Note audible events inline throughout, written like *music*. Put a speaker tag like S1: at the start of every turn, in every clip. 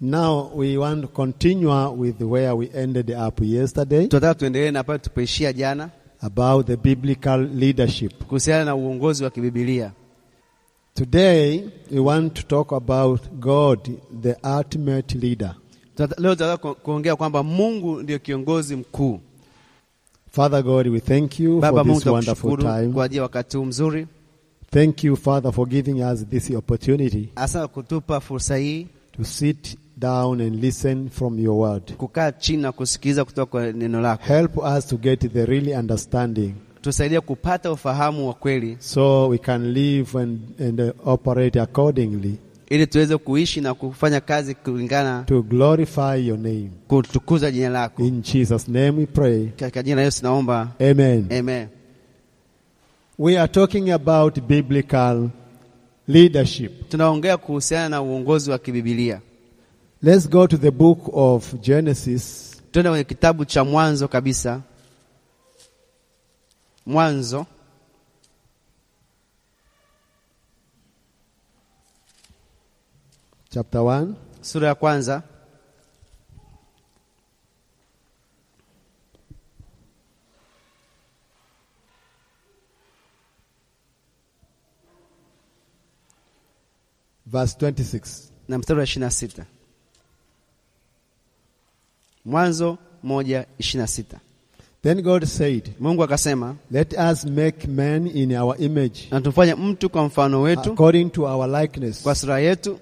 S1: Now we want to continue with where we ended up yesterday
S2: tunataka tuendelee na pale tupoishia jana
S1: about the biblical leadership.
S2: kuhusiana na uongozi wa kibibilia.
S1: Today we want to talk about God, the ultimate leader.
S2: Tunata- Leo tunataka ku- kuongea kwamba Mungu ndiyo kiongozi mkuu.
S1: Father God, we thank you
S2: Baba
S1: for
S2: Mungu,
S1: this wonderful
S2: tunakushukuru
S1: time.
S2: kwa ajili ya wakati huu mzuri.
S1: Thank you, Father, for giving us this opportunity
S2: Asante kwa kutupa fursa hii
S1: to sit down and listen from your word.
S2: kukaa chini na kusikiliza kutoka kwa neno lako.
S1: Help us to get the really understanding
S2: Tusaidie kupata ufahamu wa kweli,
S1: so we can live and, and uh, operate accordingly
S2: ili tuweze kuishi na kufanya kazi kulingana
S1: to glorify your name.
S2: kutukuza jina lako.
S1: In Jesus' name we pray.
S2: Katika jina la Yesu naomba
S1: Amen.
S2: amen.
S1: We are talking about biblical leadership.
S2: Tunaongea kuhusiana na uongozi wa kibibilia.
S1: Let's go to the book of Genesis,
S2: Tuende kwenye kitabu cha Mwanzo kabisa, Mwanzo
S1: chapter 1,
S2: sura ya kwanza
S1: verse 26.
S2: na mstari wa 26. Mwanzo moja 26.
S1: Then God said,
S2: Mungu akasema,
S1: Let us make man in our image,
S2: na tumfanye mtu kwa mfano wetu,
S1: according to our likeness.
S2: kwa sura yetu,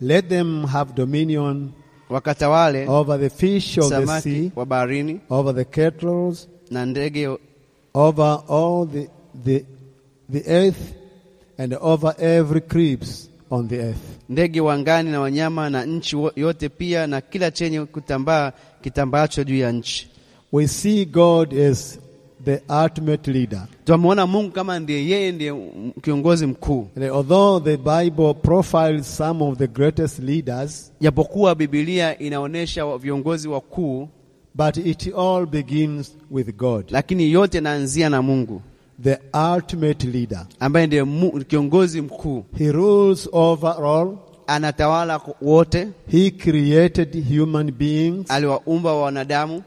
S1: Let them have dominion
S2: wakatawale
S1: over the fish of the
S2: samaki
S1: sea,
S2: wa baharini
S1: over the cattle,
S2: na ndege
S1: over all the, the, the earth, and over every creeps on the earth.
S2: ndege wa angani na wanyama na nchi wo- yote pia na kila chenye kutambaa kitambaacho juu ya nchi.
S1: We see God as the ultimate leader.
S2: Tunamwona Mungu kama ndiye yeye ndiye m- kiongozi mkuu.
S1: And although the Bible profiles some of the greatest leaders,
S2: Japokuwa Biblia inaonyesha wa- viongozi wakuu,
S1: but it all begins with God,
S2: lakini yote naanzia na Mungu
S1: the ultimate leader.
S2: ambaye ndiye mu- kiongozi mkuu,
S1: He rules over all.
S2: anatawala ku- wote,
S1: He created human beings
S2: aliwaumba wanadamu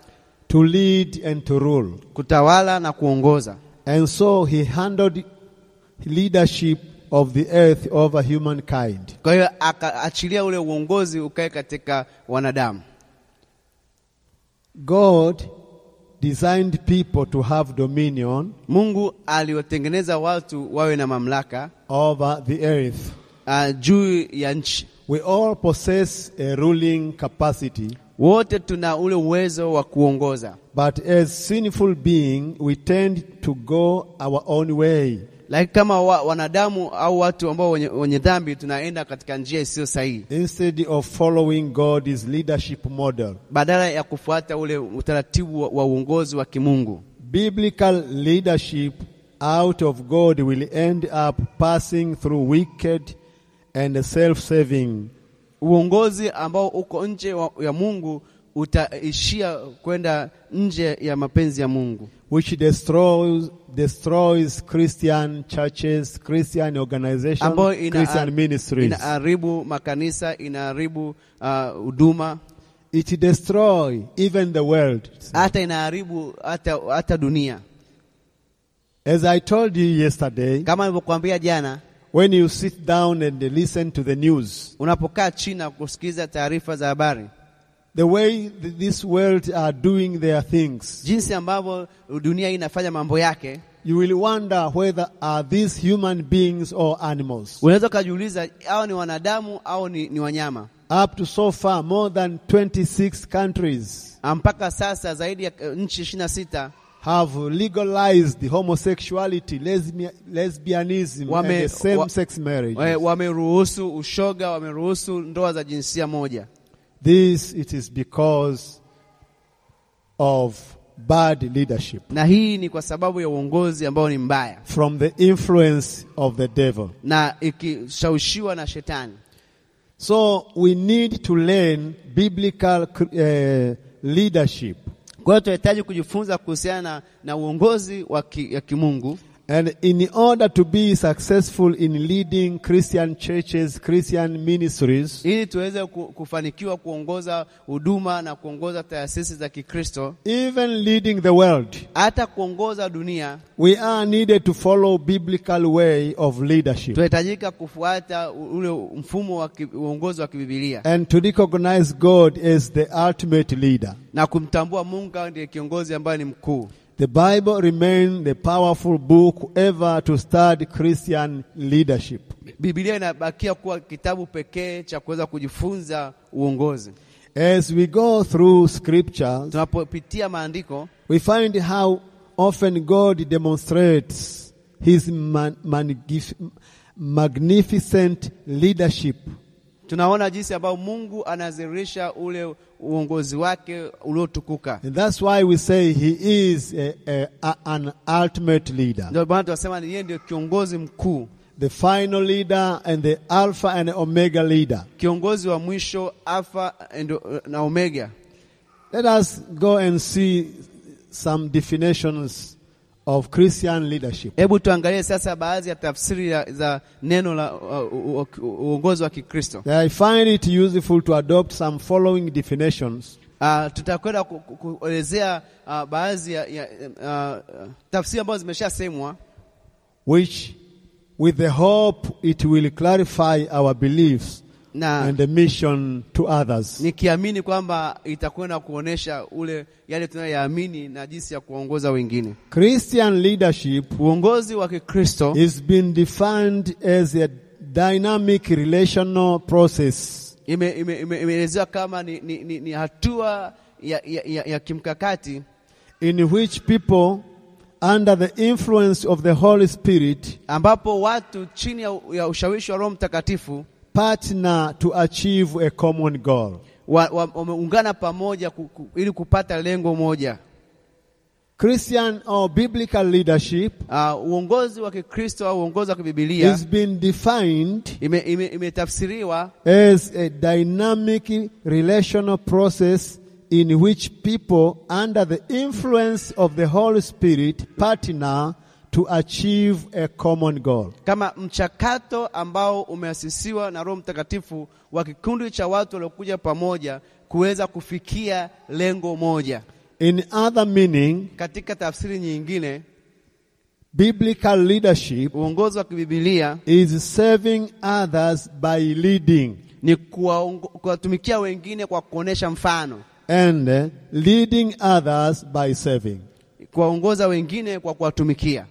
S1: to lead and to rule.
S2: kutawala na kuongoza.
S1: And so he handled leadership of the earth over humankind.
S2: Kwa hiyo akaachilia ule uongozi ukae katika wanadamu.
S1: God designed people to have dominion
S2: Mungu aliwatengeneza watu wawe na mamlaka
S1: over the earth.
S2: uh, juu ya nchi.
S1: We all possess a ruling capacity,
S2: Wote tuna ule uwezo wa kuongoza,
S1: but as sinful beings, we tend to go our own way
S2: lakini kama wa, wanadamu au watu ambao wenye, wenye dhambi tunaenda katika njia isiyo sahihi
S1: instead of following God's leadership model.
S2: badala ya kufuata ule utaratibu wa, wa uongozi wa kimungu.
S1: Biblical leadership out of God will end up passing through wicked and self serving
S2: Uongozi ambao uko nje wa, ya Mungu utaishia kwenda nje ya mapenzi ya Mungu,
S1: which destroys destroys Christian churches, Christian organizations,
S2: ambayo ina-
S1: Christian ministries.
S2: inaharibu makanisa, inaharibu ah, huduma
S1: it destroys even the world.
S2: hata inaharibu hata, hata dunia.
S1: As I told you yesterday,
S2: Kama nilivyokuambia jana,
S1: when you sit down and listen to the news,
S2: unapokaa chini na kusikiliza taarifa za habari,
S1: the way th- this world are doing their things,
S2: jinsi ambavyo dunia hii inafanya mambo yake,
S1: you will wonder whether are these human beings or animals.
S2: unaweza ukajiuliza hao ni wanadamu au ni, ni wanyama.
S1: Up to so far, more than 26 countries
S2: Ah, Mpaka sasa zaidi ya eh, nchi ishirini na sita
S1: have legalized homosexuality, lesbia- lesbianism,
S2: Wame-
S1: and same-sex marriage.
S2: eh, wameruhusu ushoga, wameruhusu ndoa za jinsia moja.
S1: this it is because of bad leadership
S2: Na hii ni kwa sababu ya uongozi ambao ni mbaya
S1: from the influence of the devil.
S2: na ikishawishiwa na shetani.
S1: So we need to learn biblical uh, leadership
S2: Kwa hiyo tunahitaji kujifunza kuhusiana na, na uongozi wa ki, ya kimungu
S1: And in order to be successful in leading Christian churches, Christian ministries,
S2: ili tuweze ku- kufanikiwa kuongoza huduma na kuongoza taasisi za Kikristo,
S1: even leading the world,
S2: hata kuongoza dunia,
S1: we are needed to follow biblical way of leadership
S2: tunahitajika kufuata u- ule mfumo wa ki- uongozi wa kibibilia
S1: and to recognize God as the ultimate leader.
S2: na kumtambua Mungu kama ndiye kiongozi ambaye ni mkuu.
S1: The Bible remains the powerful book ever to study Christian leadership.
S2: Biblia inabakia kuwa kitabu pekee cha kuweza kujifunza uongozi.
S1: As we go through scripture,
S2: Tunapopitia maandiko
S1: we find how often God demonstrates his man- magnif- magnificent leadership.
S2: tunaona jinsi ambayo Mungu anadhihirisha ule uongozi wake uliotukuka.
S1: And that's why we say he is a, a, a- an ultimate leader,
S2: Ndio maana tunasema ni yeye ndio kiongozi mkuu,
S1: the final leader and the alpha and omega leader.
S2: kiongozi wa mwisho, Alfa and- na Omega.
S1: Let us go and see some definitions of Christian leadership.
S2: Hebu tuangalie sasa baadhi ya tafsiri ya- za neno la uh, u- u- uongozi wa Kikristo.
S1: I find it useful to adopt some following definitions
S2: Uh, tutakwenda ku- ku- kuelezea uh, baadhi ya, ya uh, uh, tafsiri ambazo zimeshasemwa
S1: which, with the hope it will clarify our beliefs
S2: na
S1: and the mission to others.
S2: nikiamini kwamba itakwenda kuonesha ule yale tunayoyaamini na jinsi ya kuwaongoza wengine.
S1: Christian leadership
S2: Uongozi wa Kikristo
S1: is being defined as a dynamic relational process
S2: ime- ime- ime- imeelezewa kama ni, ni, ni, ni hatua ya, ya, ya, ya kimkakati
S1: in which people, under the influence of the Holy Spirit,
S2: ambapo watu chini ya, ya ushawishi wa Roho Mtakatifu
S1: partner to achieve a common goal.
S2: wa- wa- wameungana pamoja ku, ku, ili kupata lengo moja.
S1: Christian or biblical leadership
S2: Uh, uongozi wa Kikristo au uongozi wa kibibilia
S1: is being defined
S2: ime- ime- imetafsiriwa ime
S1: as a dynamic relational process in which people, under the influence of the Holy Spirit, partner to achieve a common goal.
S2: kama mchakato ambao umeasisiwa na Roho Mtakatifu wa kikundi cha watu waliokuja pamoja kuweza kufikia lengo moja.
S1: In other meaning,
S2: Katika tafsiri nyingine,
S1: biblical leadership
S2: uongozi wa kibibilia
S1: is serving others by leading
S2: ni kuwaongo- kuwatumikia wengine kwa kuonesha mfano,
S1: and eh, leading others by serving.
S2: kuwaongoza wengine kwa kuwatumikia,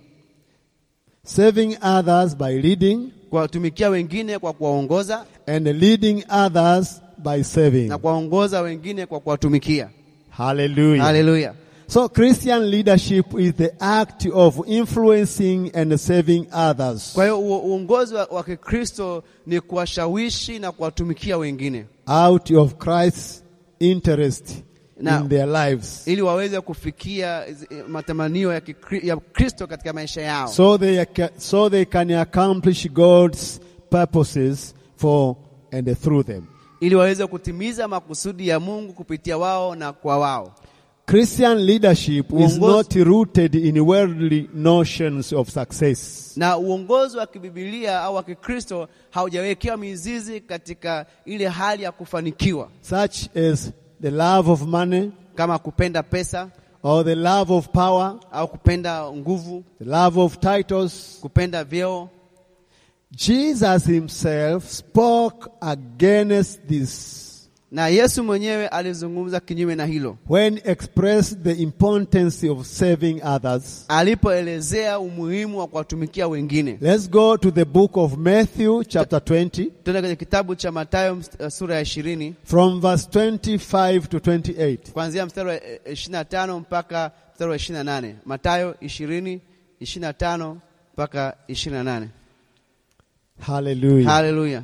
S1: Serving others by leading
S2: kuwatumikia wengine kwa kuwaongoza
S1: and leading others by serving.
S2: na kuwaongoza wengine kwa kuwatumikia.
S1: Hallelujah.
S2: Haleluya!
S1: So Christian leadership is the act of influencing and serving others
S2: Kwa hiyo uo- uongozi wa, wa Kikristo ni kuwashawishi na kuwatumikia wengine
S1: out of Christ's interest
S2: Now-
S1: in their lives.
S2: ili waweze kufikia zi- eh, matamanio ya, kikri, ya Kristo katika maisha yao so,
S1: So they, ac- so they can accomplish God's purposes for and through them.
S2: ili waweze kutimiza makusudi ya Mungu kupitia wao na kwa wao.
S1: Christian leadership is
S2: Uongozi-
S1: not rooted in worldly notions of success.
S2: Na uongozi wa kibibilia au wa Kikristo haujawekewa mizizi katika ile hali ya kufanikiwa
S1: such as the love of money
S2: kama kupenda pesa
S1: or the love of power,
S2: au kupenda nguvu,
S1: the love of titles.
S2: kupenda vyeo.
S1: Jesus himself spoke against this
S2: Na Yesu mwenyewe alizungumza kinyume na hilo
S1: when expressed the importance of serving others.
S2: alipoelezea umuhimu wa kuwatumikia wengine.
S1: Let's go to the book of Matthew chapter 20
S2: Tuende kwenye kitabu cha Mathayo mst- eh, sura ya ishirini
S1: from verse 25 to 28.
S2: kuanzia mstari wa eh, 25 mpaka mstari wa 28. Mathayo 20 25 mpaka 28.
S1: Hallelujah.
S2: Haleluya.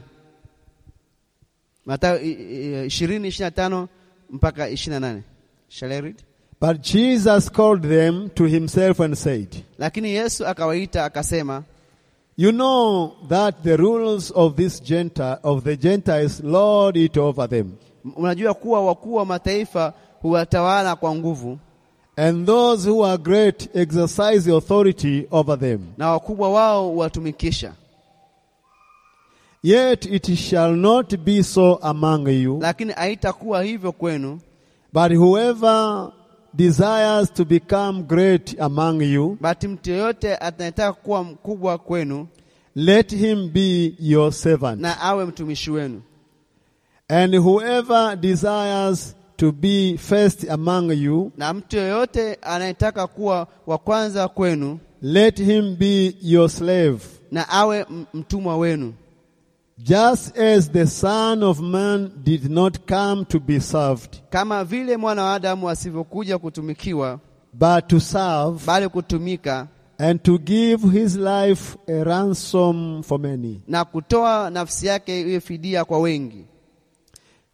S2: Mathayo i- i- 20 25 mpaka 28. Shall I read?
S1: But Jesus called them to himself and said,
S2: Lakini Yesu akawaita akasema,
S1: You know that the rulers of this Gentile, of the Gentiles lord it over them,
S2: "M- unajua kuwa wakuu wa mataifa huwatawala kwa nguvu,
S1: and those who are great exercise authority over them.
S2: na wakubwa wao watumikisha.
S1: Yet it shall not be so among you,
S2: Lakini haitakuwa hivyo kwenu,
S1: but whoever desires to become great among you,
S2: bali mtu yeyote atanetaka kuwa mkubwa kwenu
S1: let him be your servant.
S2: na awe mtumishi wenu,
S1: And whoever desires to be first among you,
S2: na mtu yeyote anayetaka kuwa wa kwanza kwenu
S1: let him be your slave.
S2: na awe m- mtumwa wenu,
S1: Just as the Son of Man did not come to be served,
S2: kama vile mwana wa Adamu asivyokuja kutumikiwa,
S1: but to serve
S2: bali kutumika
S1: and to give his life a ransom for many.
S2: na kutoa nafsi yake iwe fidia kwa wengi.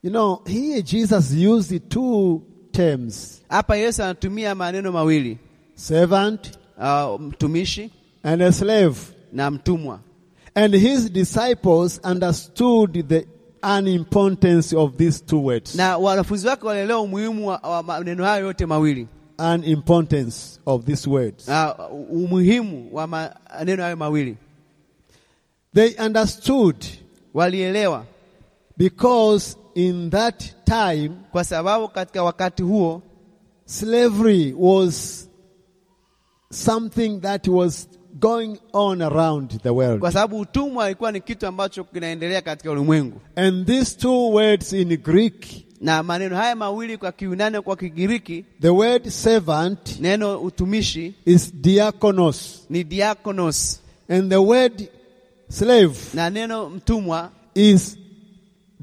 S1: You know, here Jesus used the two terms,
S2: Hapa Yesu anatumia maneno mawili
S1: servant
S2: uh, mtumishi
S1: and a slave.
S2: na mtumwa,
S1: And his disciples understood the unimportance of these two words.
S2: na wanafunzi wake walielewa umuhimu wa, wa maneno hayo yote mawili
S1: Unimportance of these words.
S2: uh, umuhimu wa maneno hayo mawili
S1: They understood
S2: walielewa,
S1: because in that time,
S2: kwa sababu katika wakati huo
S1: slavery was something that was going on around the world.
S2: kwa sababu utumwa ilikuwa ni kitu ambacho kinaendelea katika ulimwengu,
S1: And these two words in Greek,
S2: na maneno haya mawili kwa Kiyunani, kwa Kigiriki,
S1: the word servant
S2: neno utumishi
S1: is diakonos,
S2: ni diakonos
S1: and the word slave
S2: na neno mtumwa
S1: is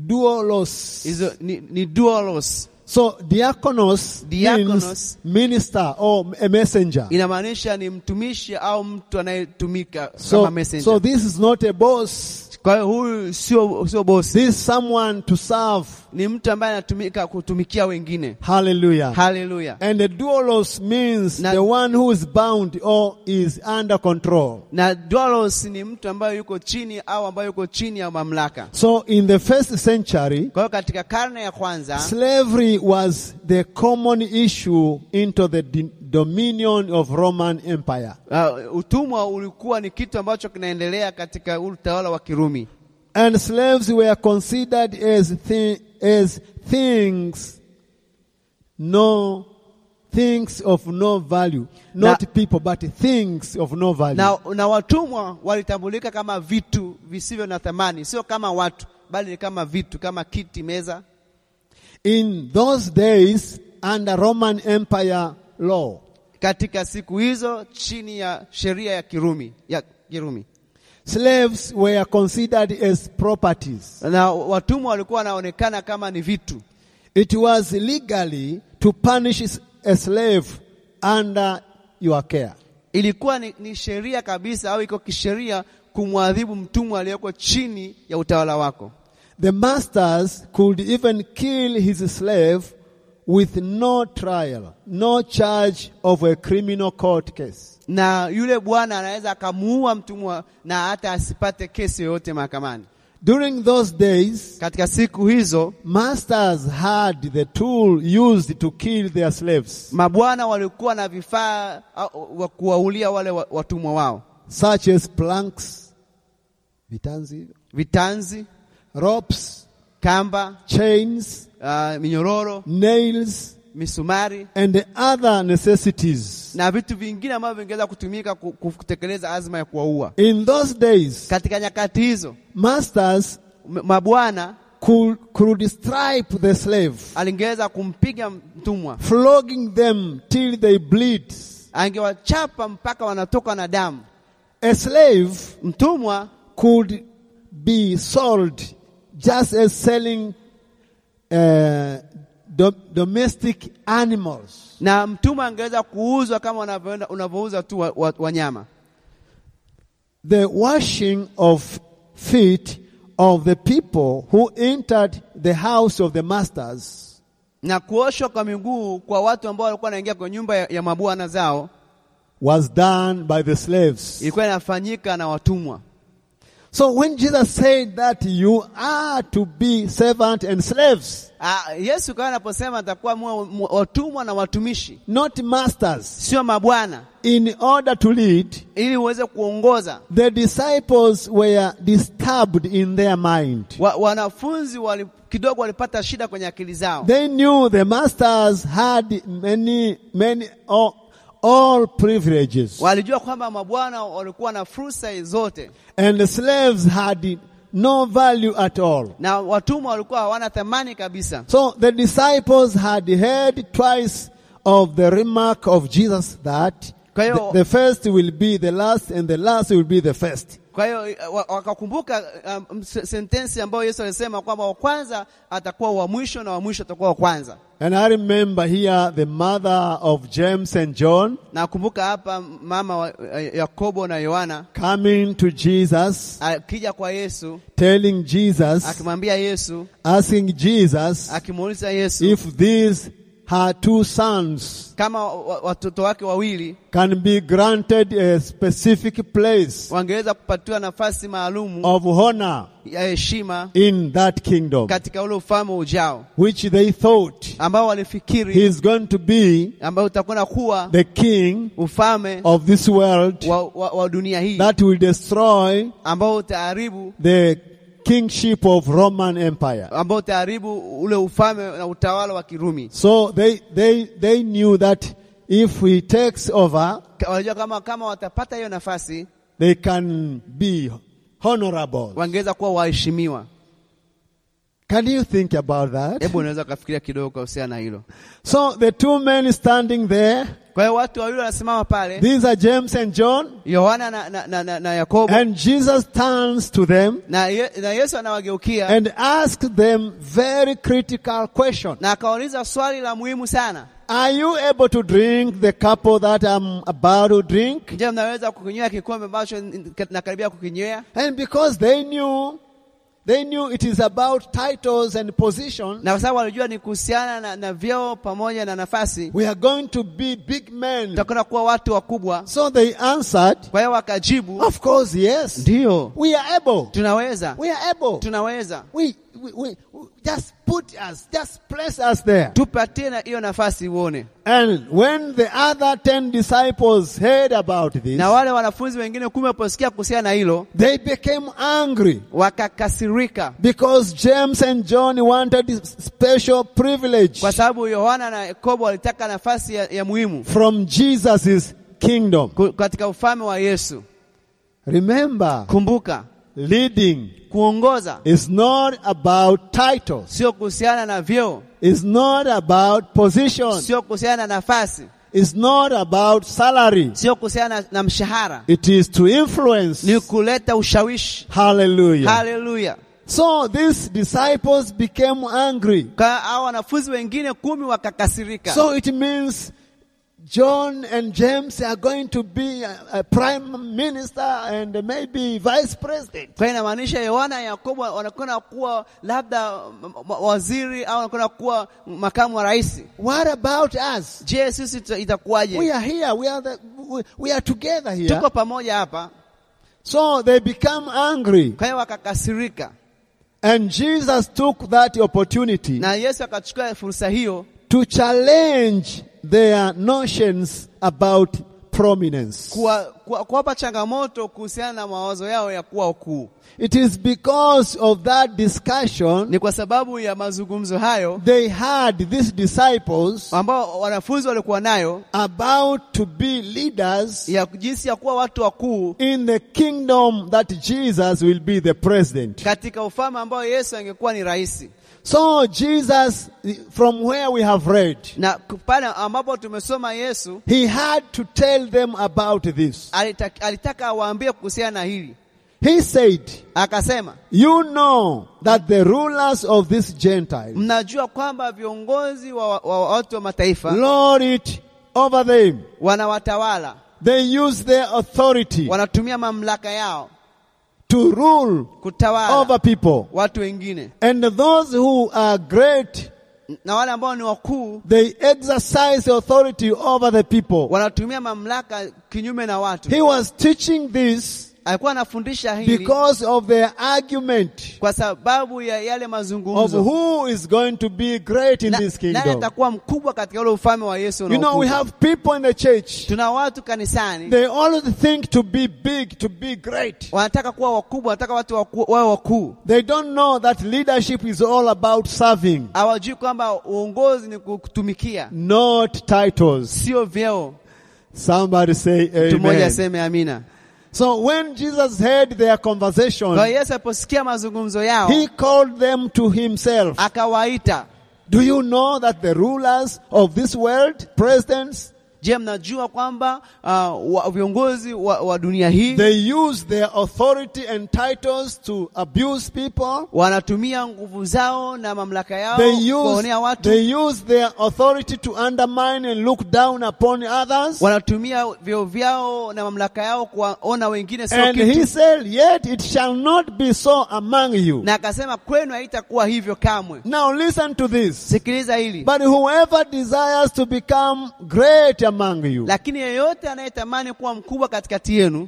S1: duolos.
S2: hizo ni, ni doulos,
S1: So diakonos,
S2: Diakonos.
S1: means minister or a messenger.
S2: inamaanisha ni mtumishi au mtu anayetumika
S1: So,
S2: kama messenger.
S1: so this is not a boss.
S2: Kwa hiyo huyu sio sio bosi,
S1: This is someone to serve.
S2: ni mtu ambaye anatumika kutumikia wengine.
S1: Hallelujah.
S2: Haleluya!
S1: And the doulos means
S2: Na-
S1: the one who is bound or is under control.
S2: Na doulos ni mtu ambaye yuko chini au ambaye yuko chini ya mamlaka.
S1: So in the first century,
S2: Kwa hiyo katika karne ya kwanza
S1: slavery was the common issue into the di- dominion of Roman Empire.
S2: uh, utumwa ulikuwa ni kitu ambacho kinaendelea katika utawala wa Kirumi,
S1: And slaves were considered as, thi- as things no things of no value, not
S2: Na-
S1: people but things of no value.
S2: na, na watumwa walitambulika kama vitu visivyo na thamani, sio kama watu, bali ni kama vitu, kama kiti, meza.
S1: in those days under Roman Empire law,
S2: Katika siku hizo chini ya sheria ya Kirumi ya Kirumi,
S1: Slaves were considered as properties.
S2: na watumwa walikuwa wanaonekana kama ni vitu,
S1: It was legally to punish a slave under your care.
S2: ilikuwa ni, ni sheria kabisa au iko kisheria kumwadhibu mtumwa aliyeko chini ya utawala wako.
S1: The masters could even kill his slave with no trial, no charge of a criminal court case.
S2: na yule bwana anaweza akamuua mtumwa na hata asipate kesi yoyote mahakamani.
S1: During those days,
S2: Katika siku hizo
S1: masters had the tool used to kill their slaves,
S2: mabwana walikuwa na vifaa au- wa kuwaulia wale wa- watumwa wao,
S1: such as planks, vitanzi,
S2: vitanzi,
S1: ropes,
S2: kamba,
S1: chains,
S2: uh, minyororo,
S1: nails,
S2: misumari
S1: and the other necessities.
S2: na vitu vingine ambavyo vingeweza kutumika ku- ku- kutekeleza azma ya kuwaua.
S1: In those days,
S2: Katika nyakati hizo
S1: masters
S2: m- mabwana
S1: could, could strip the slave,
S2: alingeweza kumpiga mtumwa,
S1: flogging them till they bleed.
S2: angewachapa mpaka wanatoka na damu.
S1: A slave
S2: Mtumwa
S1: could be sold just as selling uh, do- domestic animals.
S2: na mtumwa angeweza kuuzwa kama unavyoenda- unavyouza tu wa- wa- wanyama.
S1: The washing of feet of the people who entered the house of the masters
S2: Na kuoshwa kwa miguu kwa watu ambao walikuwa wanaingia kwenye nyumba ya, ya mabwana zao
S1: was done by the slaves.
S2: ilikuwa inafanyika na watumwa.
S1: So when Jesus said that you are to be servant and slaves,
S2: Ah, Yesu kawa anaposema atakuwa mwe- mwe- watumwa na watumishi,
S1: not masters,
S2: sio mabwana,
S1: in order to lead,
S2: ili uweze kuongoza.
S1: the disciples were disturbed in their mind.
S2: Wa, wanafunzi wali, kidogo walipata shida kwenye akili zao.
S1: They knew the masters had many, many, all, all privileges,
S2: Walijua kwamba mabwana walikuwa na fursa zote
S1: and the slaves had no value at all.
S2: na watumwa walikuwa hawana thamani kabisa.
S1: So the disciples had heard twice of the remark of Jesus that
S2: Kwa
S1: the,
S2: hiyo-
S1: the first will be the last and the last will be the first.
S2: Kwa hiyo eh, wa- wakakumbuka um, se- sentensi ambayo Yesu alisema kwamba wa kwanza atakuwa wa mwisho na wa mwisho atakuwa wa kwanza.
S1: And I remember here the mother of James and John
S2: Nakumbuka hapa mama wa eh, Yakobo na Yohana
S1: coming to Jesus,
S2: akija kwa Yesu
S1: telling Jesus,
S2: akimwambia Yesu
S1: asking Jesus
S2: akimuuliza Yesu
S1: if these her two sons
S2: kama wa- wa- watoto wake wawili
S1: can be granted a specific place
S2: wangeweza kupatiwa nafasi maalumu
S1: of honor
S2: ya heshima
S1: in that kingdom,
S2: katika ule ufalme ujao
S1: which they thought
S2: ambao walifikiri
S1: he's going to be
S2: ambao utakwenda kuwa
S1: the king
S2: ufalme
S1: of this world
S2: wa, wa, wa dunia hii
S1: that will destroy
S2: ambao utaharibu
S1: the kingship of Roman Empire.
S2: ambao utaharibu ule ufalme na utawala wa Kirumi.
S1: So they, they, they knew that if he takes over,
S2: Ka- Wanajua kama kama watapata hiyo nafasi
S1: they can be honorable.
S2: wangeweza kuwa waheshimiwa.
S1: Can you think about that?
S2: Hebu unaweza ukafikiria kidogo kuhusiana na hilo.
S1: So the two men standing there,
S2: Kwa hiyo watu wawili wanasimama pale,
S1: these are James and John,
S2: Yohana na, na, na, na, na Yakobo
S1: and Jesus turns to them
S2: na, ye, na Yesu anawageukia
S1: and asks them very critical question.
S2: na akawauliza swali la muhimu sana,
S1: Are you able to drink the cup that I'm about to drink?
S2: je, mnaweza kukinywea kikombe ambacho n- n- nakaribia kukinywea?
S1: And because they knew, they knew it is about titles and position,
S2: Na kwa sababu walijua ni kuhusiana na, na vyeo pamoja na nafasi,
S1: we are going to be big men.
S2: tutakwenda kuwa watu wakubwa.
S1: So they answered,
S2: Kwa hiyo wakajibu,
S1: Of course, yes.
S2: ndio
S1: We are able.
S2: tunaweza,
S1: We are able.
S2: tunaweza,
S1: We, we, we, we- just put us, just place us there.
S2: tupatie na hiyo nafasi uone.
S1: And when the other ten disciples heard about
S2: Na
S1: this,
S2: wale wanafunzi wengine kumi waposikia kuhusiana na hilo,
S1: they became angry
S2: wakakasirika
S1: because James and John wanted special privilege
S2: kwa sababu Yohana na Yakobo walitaka nafasi ya, ya muhimu
S1: from Jesus' kingdom.
S2: ku- katika ufalme wa Yesu.
S1: Remember,
S2: Kumbuka,
S1: leading
S2: kuongoza
S1: is not about titles.
S2: sio kuhusiana na vyeo,
S1: It's not about position.
S2: sio kuhusiana na nafasi,
S1: It's not about salary.
S2: sio kuhusiana na- na mshahara,
S1: It is to influence.
S2: ni kuleta ushawishi.
S1: Hallelujah.
S2: Haleluya!
S1: so these disciples became angry.
S2: Kwa hao wanafunzi wengine kumi wakakasirika.
S1: So it means John and James are going to be a, a prime minister and maybe vice president.
S2: kwa hiyo inamaanisha Yohana na Yakobo wanakwenda kuwa labda m- m- waziri au wanakwenda kuwa makamu wa rais.
S1: What about us?
S2: Je, sisi tuta- itakuwaje?
S1: We are here. We are the, we, we are together here.
S2: Tuko pamoja hapa.
S1: So they become angry,
S2: Kwa hiyo wakakasirika,
S1: and Jesus took that opportunity
S2: na Yesu akachukua fursa hiyo
S1: to challenge their notions about prominence.
S2: kuwa- kuwa- kuwapa changamoto kuhusiana na mawazo yao ya kuwa wakuu.
S1: It is because of that discussion
S2: Ni kwa sababu ya mazungumzo hayo
S1: they had these disciples
S2: ambao wanafunzi walikuwa nayo
S1: about to be leaders
S2: ya jinsi ya kuwa watu wakuu
S1: in the kingdom that Jesus will be the president.
S2: katika ufalme ambao Yesu angekuwa ni rais.
S1: So Jesus from where we have read
S2: Na pale ambapo tumesoma Yesu
S1: he had to tell them about this.
S2: alitaka, alitaka awaambie kuhusiana na hili,
S1: He said,
S2: akasema
S1: "You know that the rulers of this Gentiles
S2: mnajua kwamba viongozi wa, wa, wa watu wa mataifa
S1: lord it over them.
S2: wanawatawala,
S1: They use their authority
S2: wanatumia mamlaka yao
S1: to rule
S2: kutawala
S1: over people.
S2: watu wengine
S1: And those who are great,
S2: na wale ambao ni wakuu
S1: they exercise authority over the people.
S2: wanatumia mamlaka kinyume na watu.
S1: He was teaching this
S2: alikuwa anafundisha hili
S1: because of their argument
S2: kwa sababu ya yale
S1: of
S2: mazungumzo
S1: who is going to be great in
S2: Na-
S1: this
S2: nani
S1: kingdom.
S2: atakuwa mkubwa katika ule ufalme wa Yesu
S1: You know, we
S2: unaokuja.
S1: have people in the church,
S2: Tuna watu kanisani
S1: they always think to be big, to be great.
S2: wanataka kuwa wakubwa, wanataka watu waku- wawe wakuu.
S1: They don't know that leadership is all about serving,
S2: Hawajui kwamba uongozi ni kutumikia,
S1: not titles.
S2: sio vyeo.
S1: Somebody say
S2: Mtu mmoja
S1: amen.
S2: aseme amina.
S1: So when Jesus heard their conversation,
S2: Kwa hiyo Yesu aliposikia mazungumzo yao
S1: he called them to
S2: Ah.
S1: himself.
S2: akawaita.
S1: Do you know that the rulers of this world, presidents,
S2: Je, mnajua kwamba uh, wa, viongozi wa, wa dunia hii
S1: they use their authority and titles to abuse people?
S2: wanatumia nguvu zao na mamlaka yao
S1: They use,
S2: kuwaonea watu
S1: they use their authority to undermine and look down upon others.
S2: wanatumia vyeo vyao na mamlaka yao kuwaona wengine sio
S1: And he
S2: kitu.
S1: said, Yet it shall not be so among you.
S2: Na akasema kwenu haitakuwa hivyo kamwe.
S1: Now listen to this.
S2: Sikiliza hili.
S1: But whoever desires to become great among you,
S2: Lakini yeyote anayetamani kuwa mkubwa katikati yenu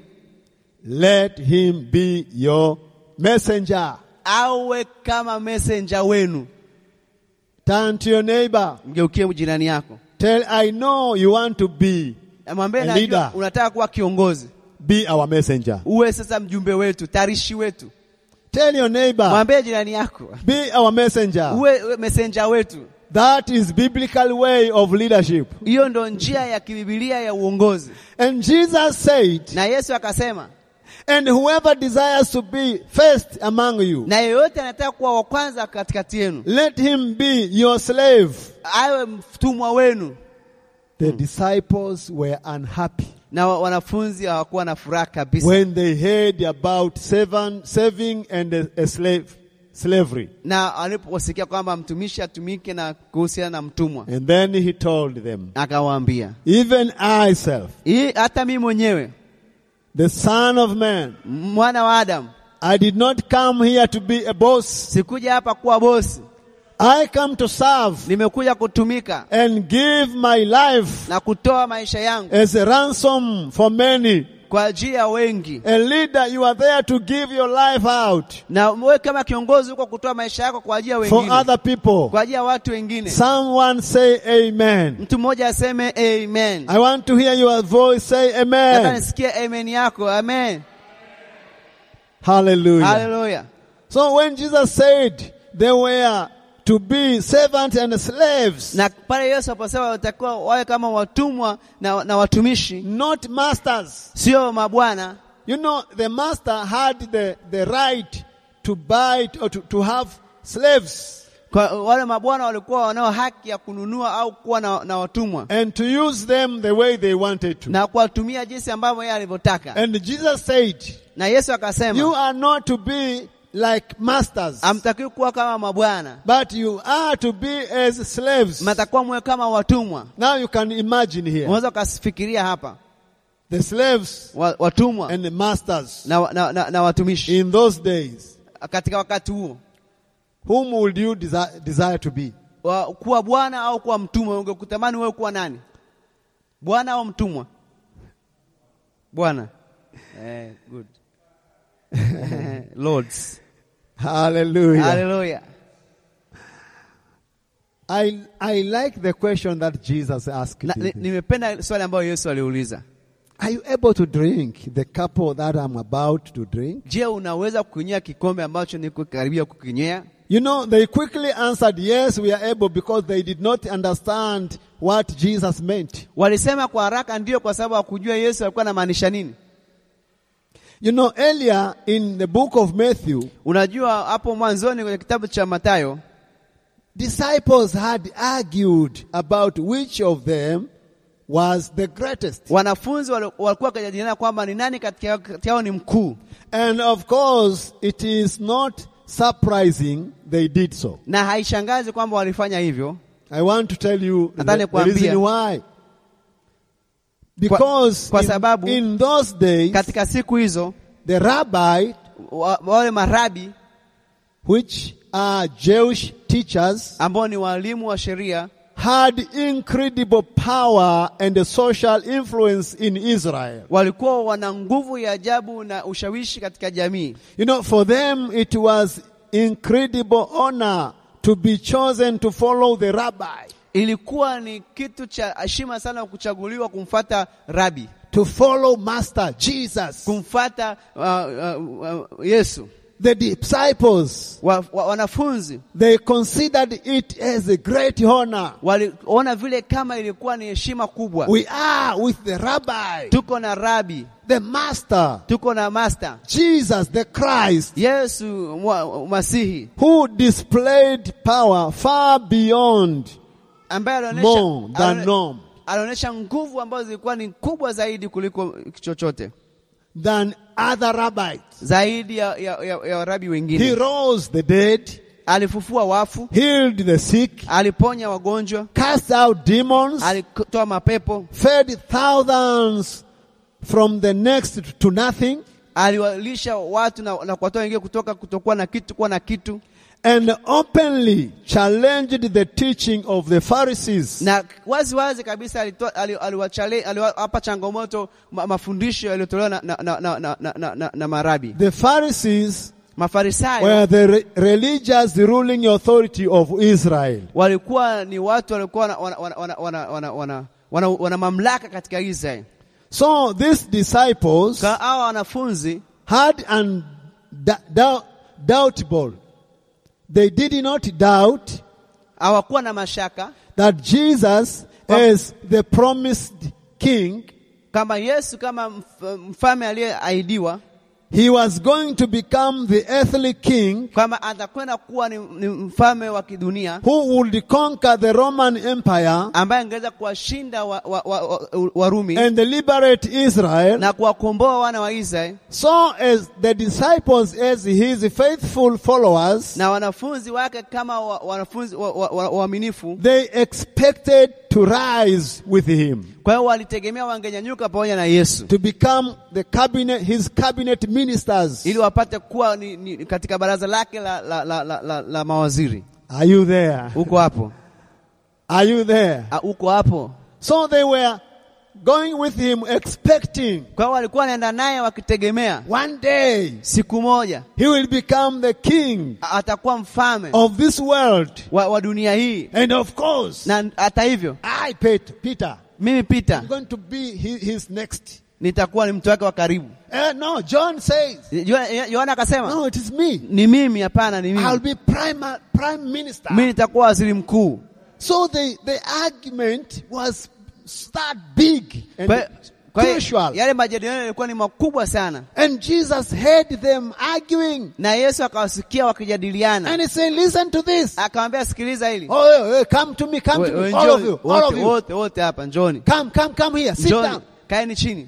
S1: let him be your messenger.
S2: awe kama messenger wenu.
S1: Turn to your neighbor.
S2: Mgeukie jirani yako,
S1: Tell, I know you want to be,
S2: Na mwambie
S1: A
S2: najua
S1: leader.
S2: unataka kuwa kiongozi,
S1: be our messenger.
S2: uwe sasa mjumbe wetu, tarishi wetu.
S1: Tell your neighbor,
S2: Mwambie jirani yako
S1: be our messenger.
S2: uwe uwe messenger wetu.
S1: That is biblical way of leadership.
S2: Hiyo ndo njia ya kibibilia ya uongozi.
S1: And Jesus said,
S2: Na Yesu akasema,
S1: and whoever desires to be first among you,
S2: na yeyote anataka kuwa wa kwanza katikati yenu
S1: let him be your slave.
S2: awe mtumwa wenu.
S1: The disciples were unhappy.
S2: Na wa- wanafunzi hawakuwa na furaha kabisa
S1: when they heard about seven, saving and a, a slave, slavery.
S2: na aliposikia kwamba mtumishi atumike na kuhusiana na mtumwa,
S1: And then he told them,
S2: akawaambia
S1: Even I self,
S2: hii hata mimi mwenyewe
S1: the son of man,
S2: mwana wa Adamu
S1: I did not come here to be a boss.
S2: sikuja hapa kuwa bosi,
S1: I come to serve
S2: nimekuja kutumika
S1: and give my life
S2: na kutoa maisha yangu
S1: as a ransom for many.
S2: kwa ajili ya wengi.
S1: A leader, you are there to give your life out
S2: Na wewe kama kiongozi uko kutoa maisha yako kwa ajili ya
S1: for
S2: wengine,
S1: other people.
S2: kwa ajili ya watu wengine.
S1: Someone say amen.
S2: Mtu mmoja aseme amen.
S1: I want to hear your voice say
S2: Nataka
S1: amen.
S2: nisikie amen yako. Amen,
S1: Hallelujah.
S2: haleluya.
S1: So when Jesus said they were to be servants and slaves,
S2: Na pale Yesu aposema watakuwa wawe kama watumwa na, na watumishi,
S1: not masters.
S2: sio mabwana.
S1: You know, the master had the, the right to buy or to, to have slaves
S2: Kwa wale mabwana walikuwa wanao haki ya kununua au kuwa na, na watumwa
S1: and to use them the way they wanted to.
S2: na kuwatumia jinsi ambavyo yeye alivyotaka.
S1: And Jesus said,
S2: Na Yesu
S1: You
S2: akasema
S1: are not to be like masters,
S2: hamtakiwi kuwa kama mabwana,
S1: but you are to be as slaves.
S2: mtakuwa mwe kama watumwa.
S1: Now you can imagine here
S2: Unaweza ukafikiria hapa
S1: the slaves
S2: wa- watumwa
S1: and the masters
S2: na, na, na, na watumishi
S1: in those days.
S2: katika wakati huo
S1: Whom would you desi- desire to be?
S2: wa, kuwa bwana au kuwa mtumwa. Ungekutamani wewe kuwa nani, bwana au mtumwa? Bwana eh, good *laughs* lords,
S1: Hallelujah.
S2: haleluya.
S1: I, I like the question that Jesus asked.
S2: Na- ni- Nimependa swali ambayo Yesu aliuliza,
S1: Are you able to drink the cup that I'm about to drink?
S2: je, unaweza kukinywea kikombe ambacho niko karibia kukinywea?
S1: You know, they quickly answered, yes, we are able because they did not understand what Jesus meant.
S2: Walisema kwa haraka ndio, kwa sababu hakujua Yesu alikuwa anamaanisha nini.
S1: You know, earlier in the book of Matthew,
S2: Unajua, hapo mwanzoni kwenye kitabu cha Mathayo
S1: disciples had argued about which of them was the greatest.
S2: wanafunzi wali- walikuwa wakijadiliana kwamba ni nani katika kati yao ni mkuu,
S1: And of course, it is not surprising they did so.
S2: na haishangazi kwamba walifanya hivyo
S1: I want to tell you the,
S2: Nataka
S1: the
S2: nikuambie.
S1: reason why. Because
S2: kwa
S1: in-
S2: sababu-
S1: in, those days,
S2: katika siku hizo.
S1: the rabbi,
S2: wa- wale marabi
S1: which are Jewish teachers,
S2: ambao ni walimu wa sheria
S1: had incredible power and social influence in Israel.
S2: walikuwa wana nguvu ya ajabu na ushawishi katika jamii
S1: You know, for them it was incredible honor to be chosen to follow the rabbi,
S2: ilikuwa ni kitu cha heshima sana kuchaguliwa kumfata rabi
S1: to follow Master Jesus.
S2: kumfata uh, uh, uh, yesu
S1: The disciples,
S2: wa, wa, wanafunzi
S1: they considered it as a great honor.
S2: waliona vile kama ilikuwa ni heshima kubwa
S1: We are with the rabbi,
S2: tuko na rabi
S1: the master,
S2: tuko na master
S1: Jesus the Christ,
S2: yesu mwa- masihi
S1: who displayed power far beyond
S2: ambaye
S1: More
S2: alionyesha-
S1: than
S2: alione-
S1: norm.
S2: alionyesha nguvu ambazo zilikuwa ni kubwa zaidi kuliko chochote
S1: than other rabbis.
S2: zaidi ya, ya, ya, ya rabi
S1: He
S2: wengine
S1: rose the dead,
S2: alifufua wafu
S1: healed the sick,
S2: aliponya wagonjwa
S1: cast out demons,
S2: alitoa mapepo
S1: fed thousands from the next to nothing,
S2: aliwalisha watu na, na kuwatoa wengine kutoka kutokuwa na kitu kuwa na kitu
S1: and openly challenged the teaching of the Pharisees.
S2: na wazi wazi kabisa alitoa- ali- aliwachale- aliwapa changamoto ma, mafundisho yaliyotolewa na, na, na, na, na, na, na, na marabi
S1: The Pharisees
S2: mafarisayo
S1: were the re- religious ruling authority of Israel.
S2: walikuwa ni watu walikuwa wana, wana, wana, wana, wana, wana, wana, wana, wana mamlaka katika Israeli.
S1: So these disciples
S2: Kwa hawa wanafunzi
S1: had and doubtable. They did not doubt
S2: hawakuwa na mashaka
S1: that Jesus
S2: Kwa-
S1: is the promised king.
S2: kama Yesu kama mf- mfalme aliyeahidiwa
S1: He was going to become the earthly king
S2: kwamba atakwenda kuwa ni, ni mfalme wa kidunia
S1: who would conquer the Roman Empire
S2: ambaye angeweza kuwashinda Warumi wa, wa, wa, wa Warumi
S1: and liberate Israel.
S2: na kuwakomboa wana wa Israeli
S1: So as the disciples, as his faithful followers,
S2: na wanafunzi wake kama wa, wanafunzi waaminifu wa, wa, wa, waaminifu.
S1: they expected to rise with him,
S2: kwa hiyo walitegemea wangenyanyuka pamoja na Yesu
S1: to become the cabinet, his cabinet ministers.
S2: ili wapate kuwa ni, ni, katika baraza lake la, la, la, la, la, la mawaziri.
S1: Are you there?
S2: Uko hapo
S1: Are you there?
S2: Ah, uko hapo.
S1: So they were going with him expecting
S2: Kwa hiyo walikuwa wanaenda naye wakitegemea
S1: one day
S2: siku moja
S1: he will become the king
S2: a- atakuwa mfalme
S1: of this world.
S2: wa, wa dunia hii,
S1: And of course,
S2: na hata hivyo
S1: I, Pet- Peter,
S2: mimi Peter
S1: I'm going to be his, his next.
S2: nitakuwa ni mtu wake wa karibu.
S1: Eh, no, John says,
S2: Yo- Yo- Yohana akasema
S1: no, it is me.
S2: ni mimi, hapana, ni
S1: I'll
S2: mimi,
S1: be prime, prime minister.
S2: mimi nitakuwa waziri mkuu.
S1: So the, the argument was that big and
S2: Kwa- kwa hiyo,
S1: Yaani, crucial.
S2: yale majadiliano yalikuwa ni makubwa sana,
S1: And Jesus heard them arguing.
S2: na Yesu akawasikia wakijadiliana,
S1: And he said, listen to this.
S2: akamwambia sikiliza hili
S1: Yaani, Oh, hey, hey, come to me, come
S2: We-
S1: to me,
S2: we-
S1: all of
S2: njoo-
S1: you, all of
S2: wote-
S1: you.
S2: wote wote hapa, njoni
S1: Come, come, come here, sit
S2: njoni,
S1: down.
S2: kaeni chini.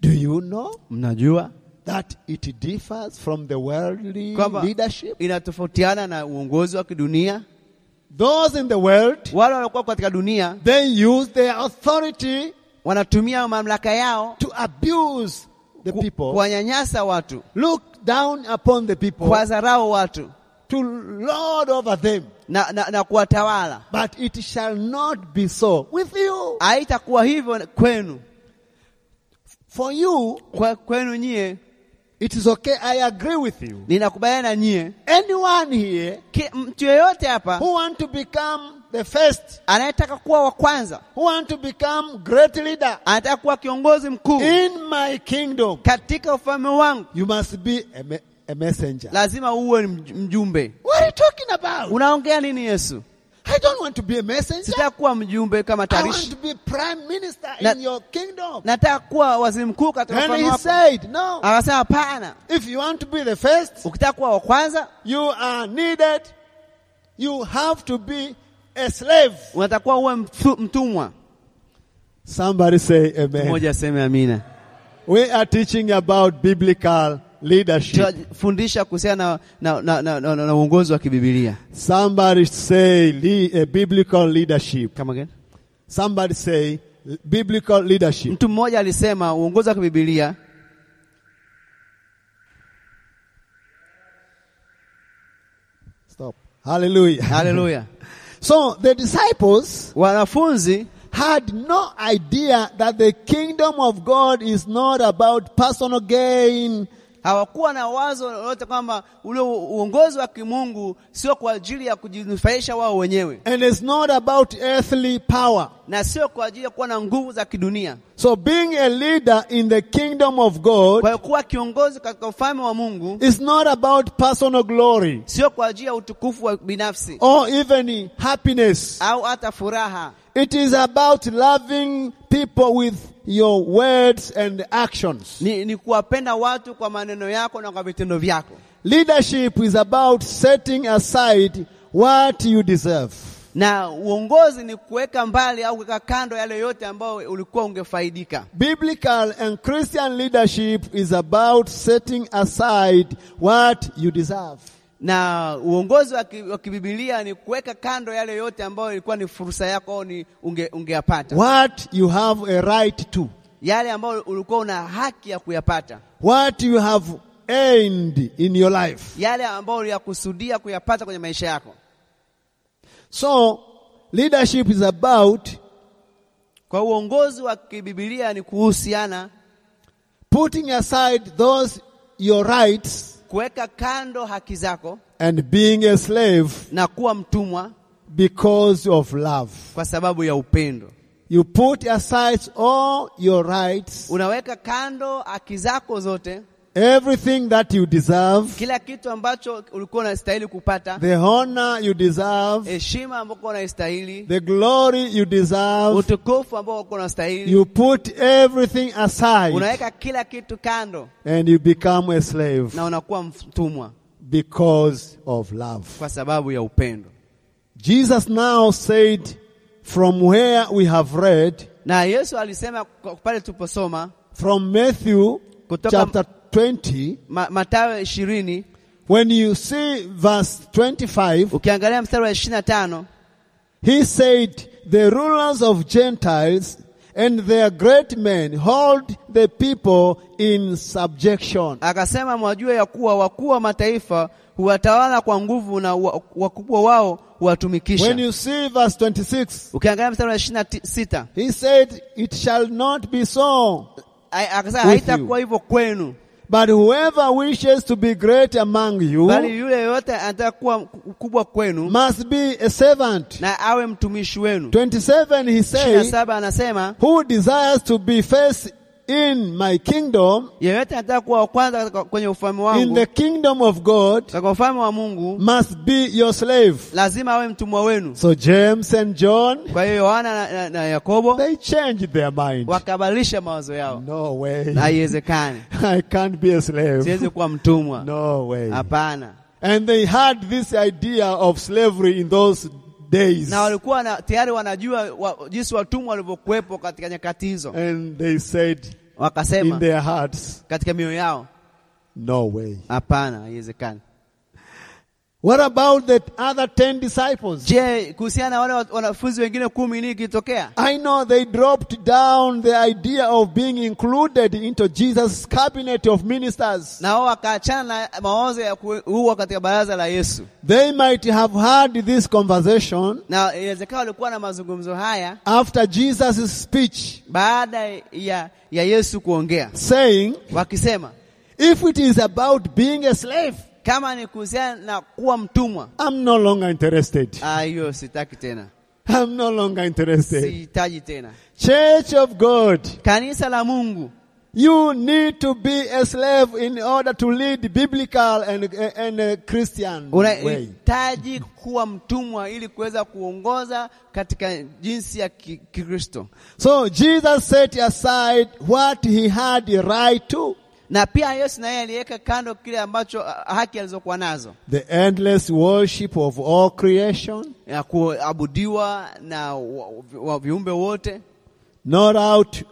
S1: Do you know
S2: Mnajua
S1: that it differs from the worldly
S2: kwamba
S1: leadership?
S2: inatofautiana na uongozi wa kidunia.
S1: Those in the world,
S2: Wale waliokuwa katika dunia
S1: they use their authority
S2: wanatumia mamlaka yao
S1: to abuse the
S2: ku-
S1: people,
S2: kuwanyanyasa watu,
S1: look down upon the people,
S2: kuwadharau watu
S1: to lord over them.
S2: na, na, na kuwatawala.
S1: But it shall not be so with you.
S2: Haitakuwa hivyo kwenu.
S1: For you,
S2: Kwa, kwenu nyie
S1: it is okay, I agree with you.
S2: ninakubaliana na nyie,
S1: Anyone here
S2: Ki- mtu yeyote hapa
S1: who want to become the first,
S2: anayetaka kuwa wa kwanza,
S1: who want to become great leader,
S2: anataka kuwa kiongozi mkuu
S1: In my kingdom,
S2: katika ufalme wangu,
S1: you must be a, me- a messenger.
S2: lazima uwe mj- mjumbe.
S1: What are you talking about?
S2: Unaongea nini Yesu?
S1: I don't want to be a messenger.
S2: Sitaka kuwa mjumbe kama
S1: I want
S2: tarishi,
S1: to be prime minister
S2: Na-
S1: in your kingdom.
S2: nataka kuwa waziri mkuu katika
S1: And
S2: ufalme
S1: he
S2: wako.
S1: said, No,
S2: Akasema hapana,
S1: if you want to be the first,
S2: ukitaka kuwa wa kwanza
S1: you are needed. You have to be a slave.
S2: unatakuwa uwe mtu- mtumwa.
S1: Somebody say amen.
S2: Mmoja aseme amina.
S1: We are teaching about biblical leadership.
S2: Tunafundisha kuhusiana na, na, na, na, na, na, na uongozi wa kibibilia
S1: Somebody say le- a biblical leadership.
S2: kama gani?
S1: Somebody say biblical leadership.
S2: Mtu mmoja alisema uongozi wa *laughs* kibibilia
S1: Stop. Hallelujah.
S2: haleluya,
S1: So the disciples
S2: Wanafunzi
S1: had no idea that the kingdom of God is not about personal gain.
S2: hawakuwa na wazo lolote kwamba ule u- uongozi wa kimungu sio kwa ajili ya kujinufaisha wao wenyewe
S1: And it's not about earthly power.
S2: na sio kwa ajili ya kuwa na nguvu za kidunia.
S1: So being a leader in the kingdom of
S2: Kwa
S1: God
S2: hiyo kuwa kiongozi katika ufalme wa Mungu
S1: is not about personal glory
S2: sio kwa ajili ya utukufu wa binafsi
S1: or even happiness.
S2: au hata furaha,
S1: It is about loving people with your words and actions.
S2: ni, ni kuwapenda watu kwa maneno yako na kwa vitendo vyako.
S1: Leadership is about setting aside what you deserve.
S2: Na uongozi ni kuweka mbali au kuweka kando yale yote ambayo ulikuwa ungefaidika.
S1: Biblical and Christian leadership is about setting aside what you deserve.
S2: Na uongozi wa ki- wa kibibilia ni kuweka kando yale yote ambayo ilikuwa ni fursa yako au ni unge, ungeyapata
S1: What you have a right to.
S2: yale ambayo ulikuwa una haki ya kuyapata,
S1: What you have earned in your life.
S2: yale ambayo uliyakusudia kuyapata kwenye maisha yako.
S1: So, leadership is about
S2: Kwa uongozi wa kibibilia ni kuhusiana
S1: putting aside those your rights
S2: kuweka kando haki zako
S1: and being a slave
S2: na kuwa mtumwa
S1: because of love.
S2: kwa sababu ya upendo.
S1: You put aside all your rights,
S2: Unaweka kando haki zako zote,
S1: everything that you deserve,
S2: kila kitu ambacho ulikuwa unastahili kupata,
S1: the honor you deserve,
S2: heshima ambayo ulikuwa unaistahili,
S1: the glory you deserve.
S2: utukufu ambao ulikuwa unastahili.
S1: You put everything aside
S2: Unaweka kila kitu kando
S1: and you become a slave
S2: na unakuwa mtumwa
S1: because of love.
S2: kwa sababu ya upendo.
S1: Jesus now said, from where we have read,
S2: Na Yesu alisema kwa- pale tuliposoma
S1: from Matthew
S2: Kutoka-
S1: chapter 20,
S2: Ma- Mathayo ishirini
S1: when you see verse 25,
S2: ukiangalia mstari wa ishirini na tano
S1: he said, The rulers of Gentiles and their great men hold the people in subjection.
S2: akasema mwajua ya kuwa wakuu wa mataifa huwatawala kwa nguvu na wa- wakubwa wao
S1: When
S2: huwatumikisha.
S1: you see verse 26,
S2: Ukiangalia mstari wa ishirini na sita
S1: He said, It shall not be so.
S2: akasema
S1: With
S2: haitakuwa hivyo kwenu,
S1: But whoever wishes to be great among you
S2: bali yule yoyote anataka kuwa mkubwa kwenu
S1: must be a servant.
S2: na awe mtumishi wenu.
S1: 27, he
S2: ishirini na
S1: says,
S2: saba anasema
S1: Who desires to be first in my kingdom,
S2: yeyote anataka kuwa wa kwanza katika- kwenye ufalme
S1: in
S2: wangu,
S1: the kingdom of God,
S2: katika ufalme wa Mungu
S1: must be your slave.
S2: lazima awe mtumwa wenu.
S1: So James and John,
S2: Kwa hiyo Yohana na, na, na Yakobo
S1: they changed their mind.
S2: wakabadilisha mawazo yao,
S1: No way.
S2: na *laughs* haiwezekani,
S1: *laughs* I can't be a slave. *laughs*
S2: siwezi kuwa mtumwa,
S1: No way.
S2: hapana.
S1: And they had this idea of slavery in those days.
S2: na walikuwa na, tayari wanajua wa, jinsi watumwa walivyokuwepo katika nyakati hizo,
S1: And they said Eh, in
S2: wakasema
S1: their hearts,
S2: katika mioyo yao,
S1: no way.
S2: hapana, haiwezekani.
S1: What about the other 10 disciples?
S2: Je, kuhusiana na wale wa- wanafunzi wengine kumi, nini kilitokea?
S1: I know they dropped down the idea of being included into Jesus' cabinet of ministers.
S2: Na wao wakaachana na mawazo ya kuua katika baraza la Yesu,
S1: They might have had this conversation
S2: na inawezekana walikuwa na mazungumzo haya
S1: after Jesus' speech,
S2: baada ya, ya Yesu kuongea
S1: saying,
S2: wakisema,
S1: If it is about being a slave,
S2: kama ni kuhusiana na kuwa mtumwa,
S1: I'm no longer interested.
S2: ah, hiyo sitaki tena,
S1: I'm no longer interested.
S2: sihitaji tena.
S1: Church of God,
S2: Kanisa la Mungu
S1: you need to be a slave in order to lead biblical and, and a Christian way.
S2: eh, unahitaji kuwa mtumwa ili kuweza kuongoza katika jinsi ya ki- Kikristo
S1: So Jesus set aside what he had a right to.
S2: na pia Yesu naye aliweka kando kile ambacho ah, haki alizokuwa nazo
S1: The endless worship of all creation,
S2: ya kuabudiwa na wa- wa viumbe wote,
S1: not out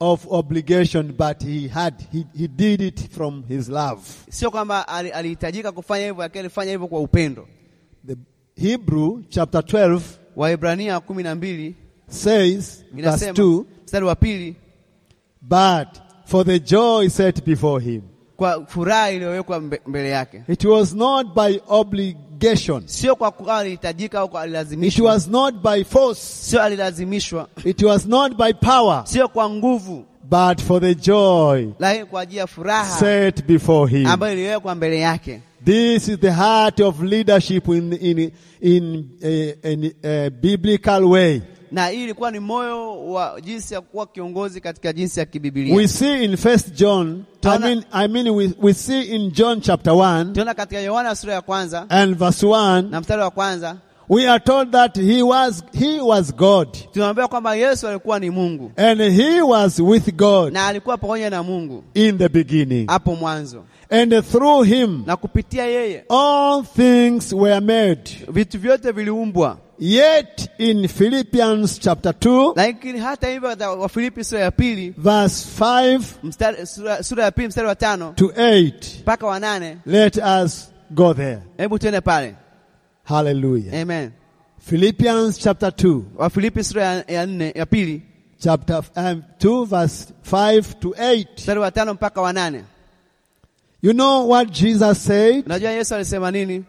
S1: of obligation, but he had, he, he did it from his love.
S2: sio kwamba ali- alihitajika kufanya hivyo, lakini alifanya hivyo kwa upendo.
S1: The Hebrew chapter 12
S2: Waebrania kumi na mbili
S1: says, verse
S2: inasema
S1: 2,
S2: mstari wa pili,
S1: but for the joy set before him,
S2: kwa furaha iliyowekwa mbe- mbele yake,
S1: It was not by obligation.
S2: sio kwa kuwa alihitajika au kwa
S1: It
S2: alilazimishwa,
S1: was not by force.
S2: sio alilazimishwa,
S1: It was not by power,
S2: sio kwa nguvu,
S1: but for the joy
S2: lakini kwa ajili ya furaha
S1: set before him.
S2: ambayo iliwekwa mbele yake.
S1: This is the heart of leadership in in in a, in a biblical way.
S2: na hii ilikuwa ni moyo wa jinsi ya kuwa kiongozi katika jinsi ya
S1: We
S2: kibibilia.
S1: see in First John. I mean, I mean, we, we see in John chapter one
S2: Tunaona katika Yohana sura ya kwanza
S1: and verse one.
S2: na mstari wa kwanza
S1: We are told that he was he was God
S2: tunaambiwa kwamba Yesu alikuwa ni Mungu
S1: and he was with God
S2: na alikuwa pamoja na Mungu
S1: in the beginning,
S2: hapo mwanzo,
S1: and through him
S2: na kupitia yeye
S1: all things were made.
S2: vitu vyote viliumbwa.
S1: Yet in Philippians chapter two,
S2: Lakini hata hivyo, katika Wafilipi sura ya pili
S1: verse five
S2: mstari, sura, sura ya pili mstari wa tano
S1: to eight.
S2: mpaka wa nane
S1: Let us go there.
S2: hebu tuende pale.
S1: Hallelujah.
S2: Amen.
S1: Philippians chapter 2,
S2: Wafilipi sura ya, ya nne ya pili
S1: chapter um, 2, verse 5 to 8.
S2: mstari wa tano mpaka wa nane.
S1: You know what Jesus said?
S2: Unajua Yesu alisema nini?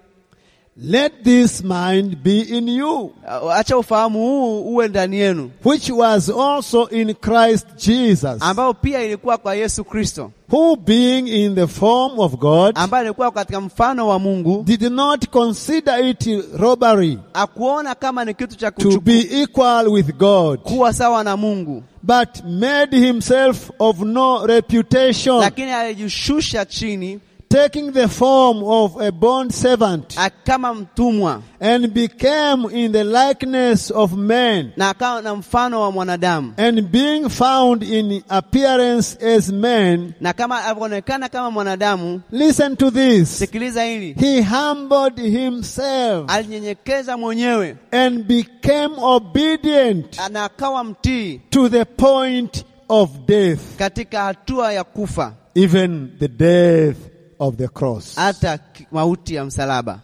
S1: Let this mind be in you,
S2: Uh, acha ufahamu huu uwe ndani yenu
S1: which was also in Christ Jesus,
S2: ambao pia ilikuwa kwa Yesu Kristo
S1: who being in the form of God,
S2: ambaye alikuwa katika mfano wa Mungu
S1: did not consider it robbery
S2: akuona kama ni kitu cha
S1: to
S2: kuchukua
S1: be equal with God,
S2: kuwa sawa na Mungu,
S1: but made himself of no reputation,
S2: lakini alijishusha chini
S1: taking the form of a bond servant.
S2: a- kama mtumwa
S1: and became in the likeness of men,
S2: na akawa na mfano wa mwanadamu,
S1: and being found in appearance as men,
S2: na kama alivyoonekana kama mwanadamu.
S1: listen to this.
S2: Sikiliza hili,
S1: He humbled himself
S2: alinyenyekeza mwenyewe
S1: and became obedient
S2: na akawa mtii
S1: to the point of death,
S2: katika hatua ya kufa,
S1: even the death of the cross.
S2: hata ki- mauti ya msalaba.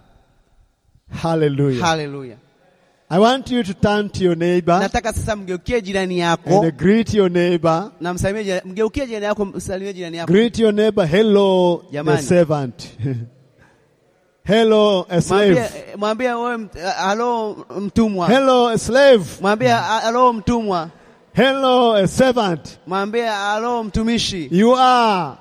S1: Hallelujah.
S2: Haleluya!
S1: I want you to turn to your neighbor
S2: Nataka sasa mgeukie jirani yako
S1: and greet your neighbor.
S2: na msalimie jirani, mgeukie jirani yako, msalimie jirani yako.
S1: Greet your neighbor. Hello, the
S2: Jamani.
S1: servant. *laughs* Hello, a slave.
S2: Mwambie eh, mwambie wewe mt- halo mtumwa.
S1: Hello, a slave.
S2: Mwambie "Ha- halo mtumwa.
S1: Hello, a servant.
S2: Mwambie halo mtumishi.
S1: You are.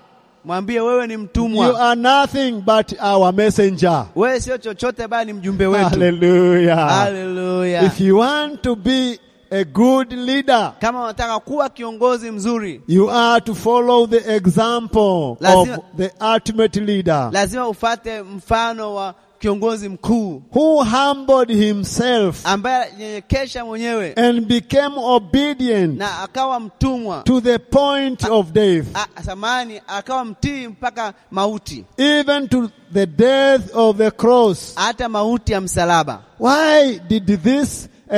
S2: Mwambie wewe ni
S1: You
S2: mtumwa.
S1: are nothing but our messenger.
S2: Wewe sio chochote bali ni mjumbe wetu.
S1: Hallelujah.
S2: Haleluya.
S1: If you want to be a good leader,
S2: Kama unataka kuwa kiongozi mzuri,
S1: you are to follow the example
S2: Lazima-
S1: of the ultimate leader
S2: lazima ufate mfano wa kiongozi mkuu
S1: who humbled himself
S2: ambaye alinyenyekesha mwenyewe
S1: and became obedient
S2: na akawa mtumwa.
S1: to the point of death,
S2: A- Samani akawa mtii mpaka mauti.
S1: even to the death of the cross.
S2: hata mauti ya msalaba.
S1: Why did this uh,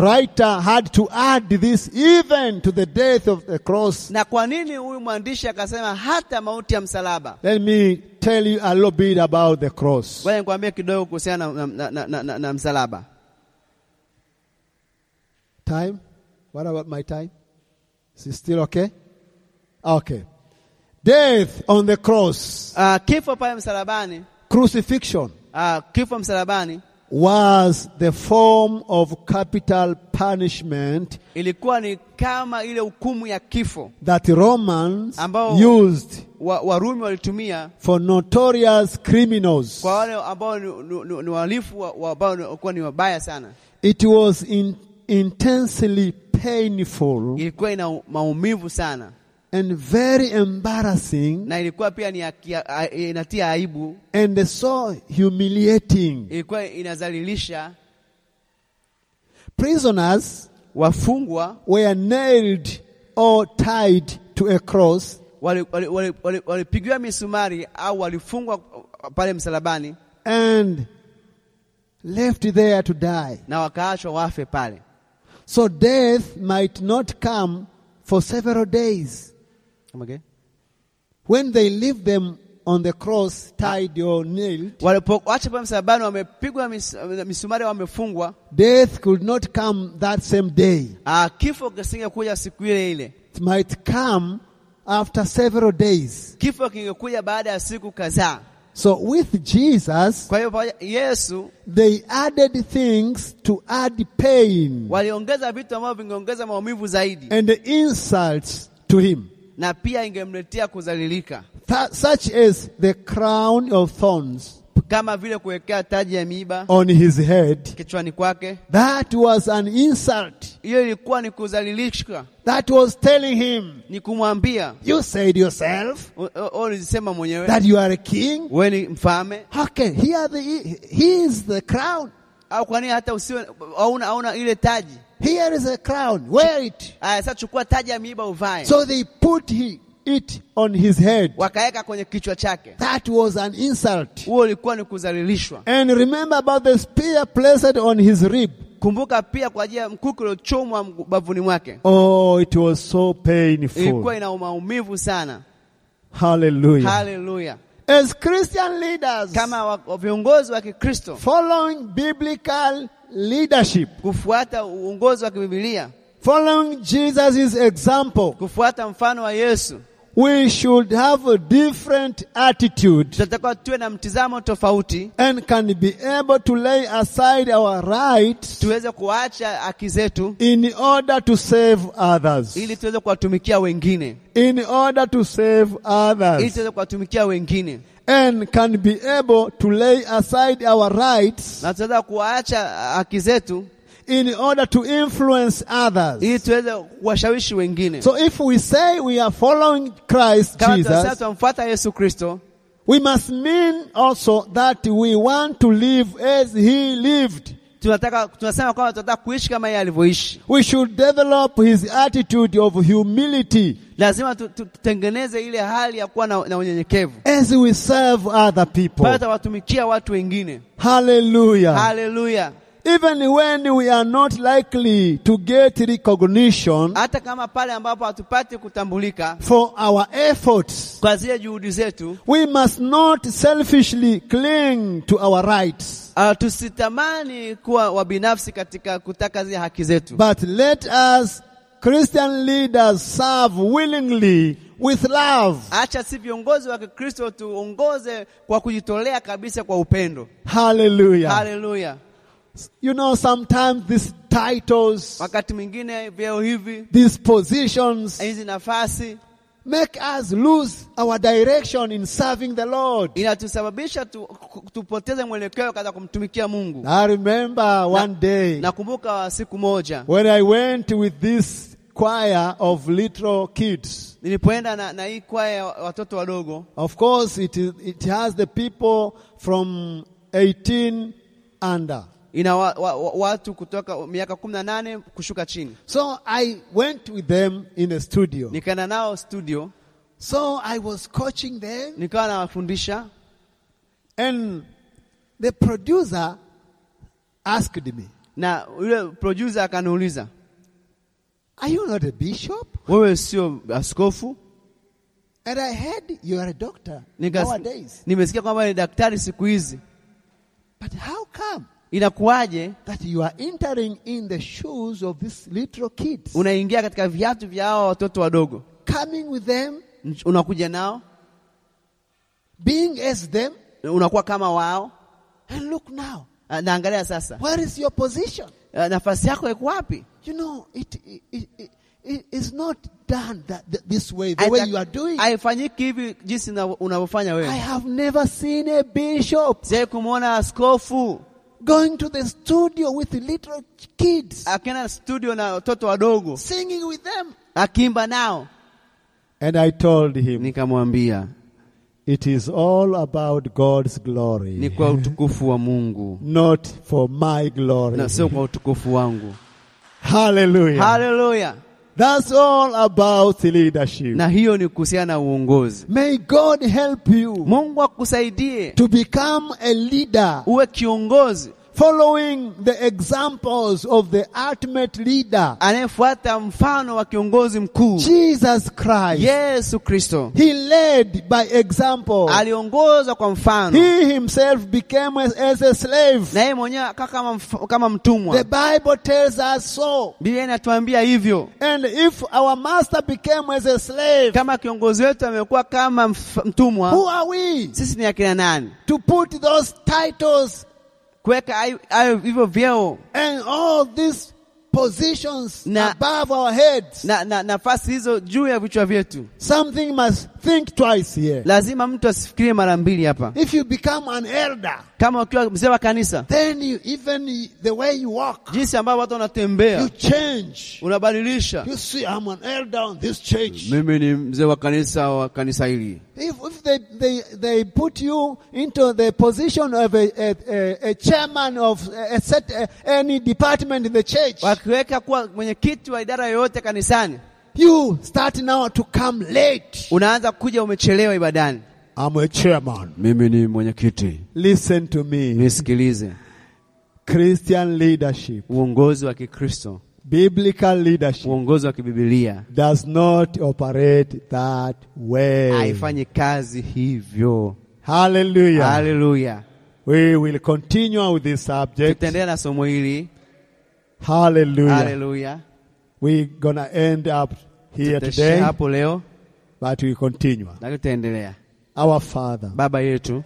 S1: writer had to add this even to the death of the cross?
S2: Na kwa nini huyu mwandishi akasema hata mauti ya msalaba?
S1: Let me tell you a little bit about the cross.
S2: Ngoja nikwambie kidogo kuhusiana na, na, na, na, na, na msalaba.
S1: Time? What about my time? Is it still okay? Ah, Okay. Death on the cross,
S2: Uh, kifo pale msalabani,
S1: crucifixion,
S2: uh, kifo msalabani
S1: was the form of capital punishment
S2: ilikuwa ni kama ile hukumu ya kifo
S1: that Romans
S2: Ambao-
S1: used
S2: wa, Warumi walitumia
S1: for notorious criminals.
S2: kwa wale ambao ni, ni, ni, ni wahalifu wa- wa- ambao ni- walikuwa ni wabaya sana.
S1: It was in, intensely painful
S2: Ilikuwa ina maumivu sana
S1: and very embarrassing
S2: na ilikuwa pia ni ya, kia- a- inatia aibu,
S1: and so humiliating.
S2: ilikuwa inazalilisha.
S1: Prisoners
S2: Wafungwa
S1: were nailed or tied to a cross
S2: walipigiwa wali, wali, wali, walipigiwa misumari au walifungwa pale msalabani
S1: and left there to die.
S2: na wakaachwa wafe pale.
S1: So death might not come for several days.
S2: Okay.
S1: When they leave them on the cross, tied or nailed,
S2: Walipoacha pale msalabani wamepigwa mis, misumari wamefungwa,
S1: death could not come that same day.
S2: ah, kifo kisingekuja siku ile ile,
S1: It might come after several days.
S2: Kifo kingekuja baada ya siku kadhaa.
S1: So with Jesus,
S2: Kwa hiyo pamoja- Yesu
S1: they added things to add pain
S2: waliongeza vitu ambavyo vingeongeza maumivu zaidi,
S1: and insults to him,
S2: na pia ingemletea kudhalilika,
S1: Tha- such as the crown of thorns
S2: kama vile kuwekea taji ya miiba
S1: on his head.
S2: kichwani kwake.
S1: That was an insult.
S2: Hiyo ilikuwa ni kudhalilishwa,
S1: That was telling him,
S2: ni kumwambia
S1: You said yourself
S2: "O- o- o, ulisema mwenyewe
S1: that you are a king.
S2: wewe ni mfalme,
S1: Okay, here the, he is the crown.
S2: au kwa nini hata usiwe hauna, hauna ile taji?
S1: Here is a crown. Wear it.
S2: Aya, sasa chukua taji ya miiba uvae.
S1: So they put he, it on his head.
S2: Wakaweka kwenye kichwa chake,
S1: That was an insult.
S2: huo ulikuwa ni kudhalilishwa.
S1: And remember about the spear placed on his rib.
S2: Kumbuka pia kwa ajili ya mkuki uliochomwa mgu- bavuni mwake,
S1: Oh, it was so
S2: ilikuwa
S1: painful.
S2: ina maumivu sana.
S1: Hallelujah.
S2: Haleluya!
S1: As Christian leaders,
S2: Kama wa- wa viongozi wa Kikristo
S1: following biblical leadership,
S2: kufuata uongozi wa kibibilia,
S1: following Jesus' example,
S2: kufuata mfano wa Yesu,
S1: we should have a different attitude
S2: tunatakiwa tuwe na mtizamo tofauti,
S1: and can be able to lay aside our rights
S2: tuweze kuacha haki zetu
S1: in order to save others.
S2: ili tuweze kuwatumikia wengine,
S1: In order to save
S2: ili
S1: others.
S2: tuweze kuwatumikia wengine,
S1: and can be able to lay aside our rights
S2: na tuweze kuwaacha haki zetu
S1: in order to influence
S2: ili
S1: others.
S2: tuweze kuwashawishi wengine.
S1: So if we say we are following Christ
S2: Kama tunasema
S1: Jesus,
S2: tunamfuata Yesu Kristo,
S1: we must mean also that we want to live as he lived.
S2: tunataka tunasema kwamba tunataka kuishi kama yeye alivyoishi.
S1: We should develop his attitude of humility
S2: Lazima tu- tu- tutengeneze ile hali ya kuwa na, na unyenyekevu
S1: as we serve other
S2: pale
S1: people.
S2: tutawatumikia watu wengine.
S1: Hallelujah.
S2: Haleluya!
S1: Even when we are not likely to get recognition
S2: Hata kama pale ambapo hatupati kutambulika
S1: for our efforts,
S2: kwa zile juhudi zetu,
S1: We must not selfishly cling to our rights,
S2: uh, tusitamani kuwa wabinafsi katika kutaka zile haki zetu,
S1: but let us, Christian leaders, serve willingly with love.
S2: acha si viongozi wa Kikristo tuongoze kwa kujitolea kabisa kwa upendo.
S1: Hallelujah.
S2: Haleluya!
S1: You know, sometimes these titles,
S2: Wakati mwingine vyeo hivi,
S1: these positions,
S2: hizi nafasi
S1: make us lose our direction in serving the Lord.
S2: inatusababisha tu, ku- tupoteze mwelekeo katika kumtumikia Mungu.
S1: I remember one day
S2: Nakumbuka siku moja
S1: when I went with this choir of little kids.
S2: nilipoenda na, na hii kwaya ya watoto wadogo
S1: Of course, it, is, it has the people from 18 under.
S2: ina wa, wa, wa, watu kutoka miaka kumi na nane kushuka chini.
S1: So I went with them in the studio.
S2: Nikaenda nao studio,
S1: So I was coaching them,
S2: nikawa nawafundisha
S1: and the producer asked me,
S2: na yule producer akaniuliza,
S1: Are you not a bishop?
S2: wewe sio askofu?
S1: And I heard you are a doctor
S2: Nikas-
S1: nowadays.
S2: Nimesikia kwamba ni daktari siku hizi,
S1: But how come
S2: inakuwaje
S1: that you are entering in the shoes of these little kids,
S2: unaingia katika viatu vya hawa watoto wadogo,
S1: coming with them,
S2: Nch- unakuja nao
S1: being as them?
S2: unakuwa kama wao?
S1: And look now,
S2: Ah, Naangalia sasa
S1: where is your position?
S2: Ah, nafasi yako iko wapi?
S1: You know, it, it, it, it is not done that, th- this way, the way you are doing. I,
S2: haifanyiki hivi jinsi na- unavyofanya wewe.
S1: have never seen a bishop
S2: Sijawahi kumwona askofu
S1: going to the studio with little kids,
S2: akienda studio na watoto wadogo
S1: singing with them.
S2: akiimba nao.
S1: And I told him,
S2: Nikamwambia
S1: it is all about God's
S2: ni
S1: glory,
S2: kwa utukufu wa Mungu
S1: not for my glory.
S2: na sio kwa utukufu wangu.
S1: Hallelujah.
S2: Haleluya!
S1: That's all about leadership.
S2: Na hiyo ni kuhusiana na uongozi.
S1: May God help you
S2: Mungu akusaidie
S1: to become a leader
S2: uwe kiongozi
S1: following the examples of the ultimate leader,
S2: anayefuata mfano wa kiongozi mkuu
S1: Jesus Christ.
S2: Yesu Kristo.
S1: He led by example.
S2: Aliongozwa kwa mfano,
S1: Oh. He himself became a- as a slave.
S2: na yeye mwenyewe akawa kama, mf- kama mtumwa.
S1: The Bible tells us so.
S2: Biblia inatuambia hivyo.
S1: And if our master became as a slave,
S2: Kama kiongozi wetu amekuwa kama mf-
S1: who
S2: mtumwa,
S1: are we
S2: sisi ni akina nani
S1: to put those titles
S2: kuweka hayo- hayo hivyo vyeo
S1: and all these positions
S2: Na-
S1: above our heads?
S2: na na- nafasi hizo juu ya vichwa vyetu?
S1: Something must think twice here.
S2: Lazima mtu asifikirie mara mbili hapa.
S1: If you become an elder,
S2: Kama ukiwa mzee wa kanisa,
S1: then you, even the way you walk,
S2: jinsi ambavyo watu
S1: you
S2: wanatembea
S1: change.
S2: unabadilisha.
S1: You see, I'm an elder on this church.
S2: Mimi ni mzee wa kanisa wa kanisa hili.
S1: If, if they, they, they put you into the position of a, a, a, a chairman of a, a set, a, any department in the church,
S2: Wakiweka kuwa mwenyekiti wa idara yoyote kanisani,
S1: you start now to come late.
S2: unaanza kuja umechelewa ibadani.
S1: I'm a chairman.
S2: Mimi ni mwenyekiti,
S1: Listen to me.
S2: nisikilize.
S1: Christian leadership,
S2: Uongozi wa Kikristo,
S1: biblical leadership,
S2: uongozi wa kibibilia
S1: does not operate that way.
S2: haifanyi kazi hivyo.
S1: Hallelujah.
S2: Haleluya!
S1: We will continue with this subject.
S2: Tutaendelea na somo hili.
S1: Hallelujah.
S2: Haleluya!
S1: We're gonna end up here
S2: Tutaishia
S1: today,
S2: hapo leo
S1: but we continue.
S2: na tutaendelea.
S1: Our Father,
S2: Baba yetu,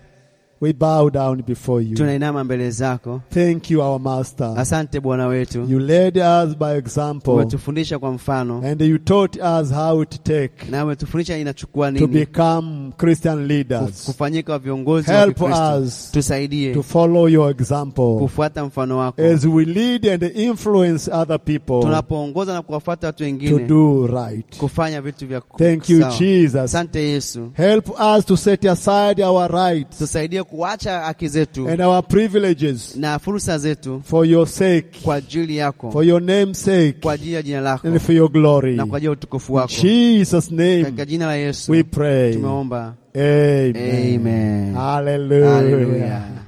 S1: we bow down before you.
S2: tunainama mbele zako.
S1: Thank you, our Master.
S2: Asante Bwana wetu,
S1: You led us by example,
S2: umetufundisha kwa mfano
S1: and you taught us how it take
S2: na umetufundisha inachukua
S1: to
S2: nini
S1: become Christian
S2: Kuf-
S1: leaders,
S2: kufanyika viongozi wa
S1: Help
S2: Kikristo.
S1: us to
S2: Tusaidie
S1: follow your example
S2: kufuata mfano wako
S1: as we lead and influence other people
S2: tunapoongoza na kuwafuata watu
S1: to
S2: wengine
S1: do right.
S2: kufanya vitu vya ku-
S1: Thank you,
S2: sawa.
S1: Jesus.
S2: Asante Yesu,
S1: Help us to set aside our rights
S2: tusaidie kuacha haki zetu
S1: and our privileges
S2: na fursa zetu
S1: for your sake,
S2: kwa ajili yako,
S1: for your name's sake,
S2: kwa ajili ya jina lako
S1: and for your glory.
S2: na kwa ajili ya utukufu
S1: In
S2: wako.
S1: Jesus' name,
S2: Katika jina la
S1: we
S2: Yesu
S1: pray.
S2: tumeomba,
S1: Amen.
S2: amen.
S1: Hallelujah.
S2: Hallelujah.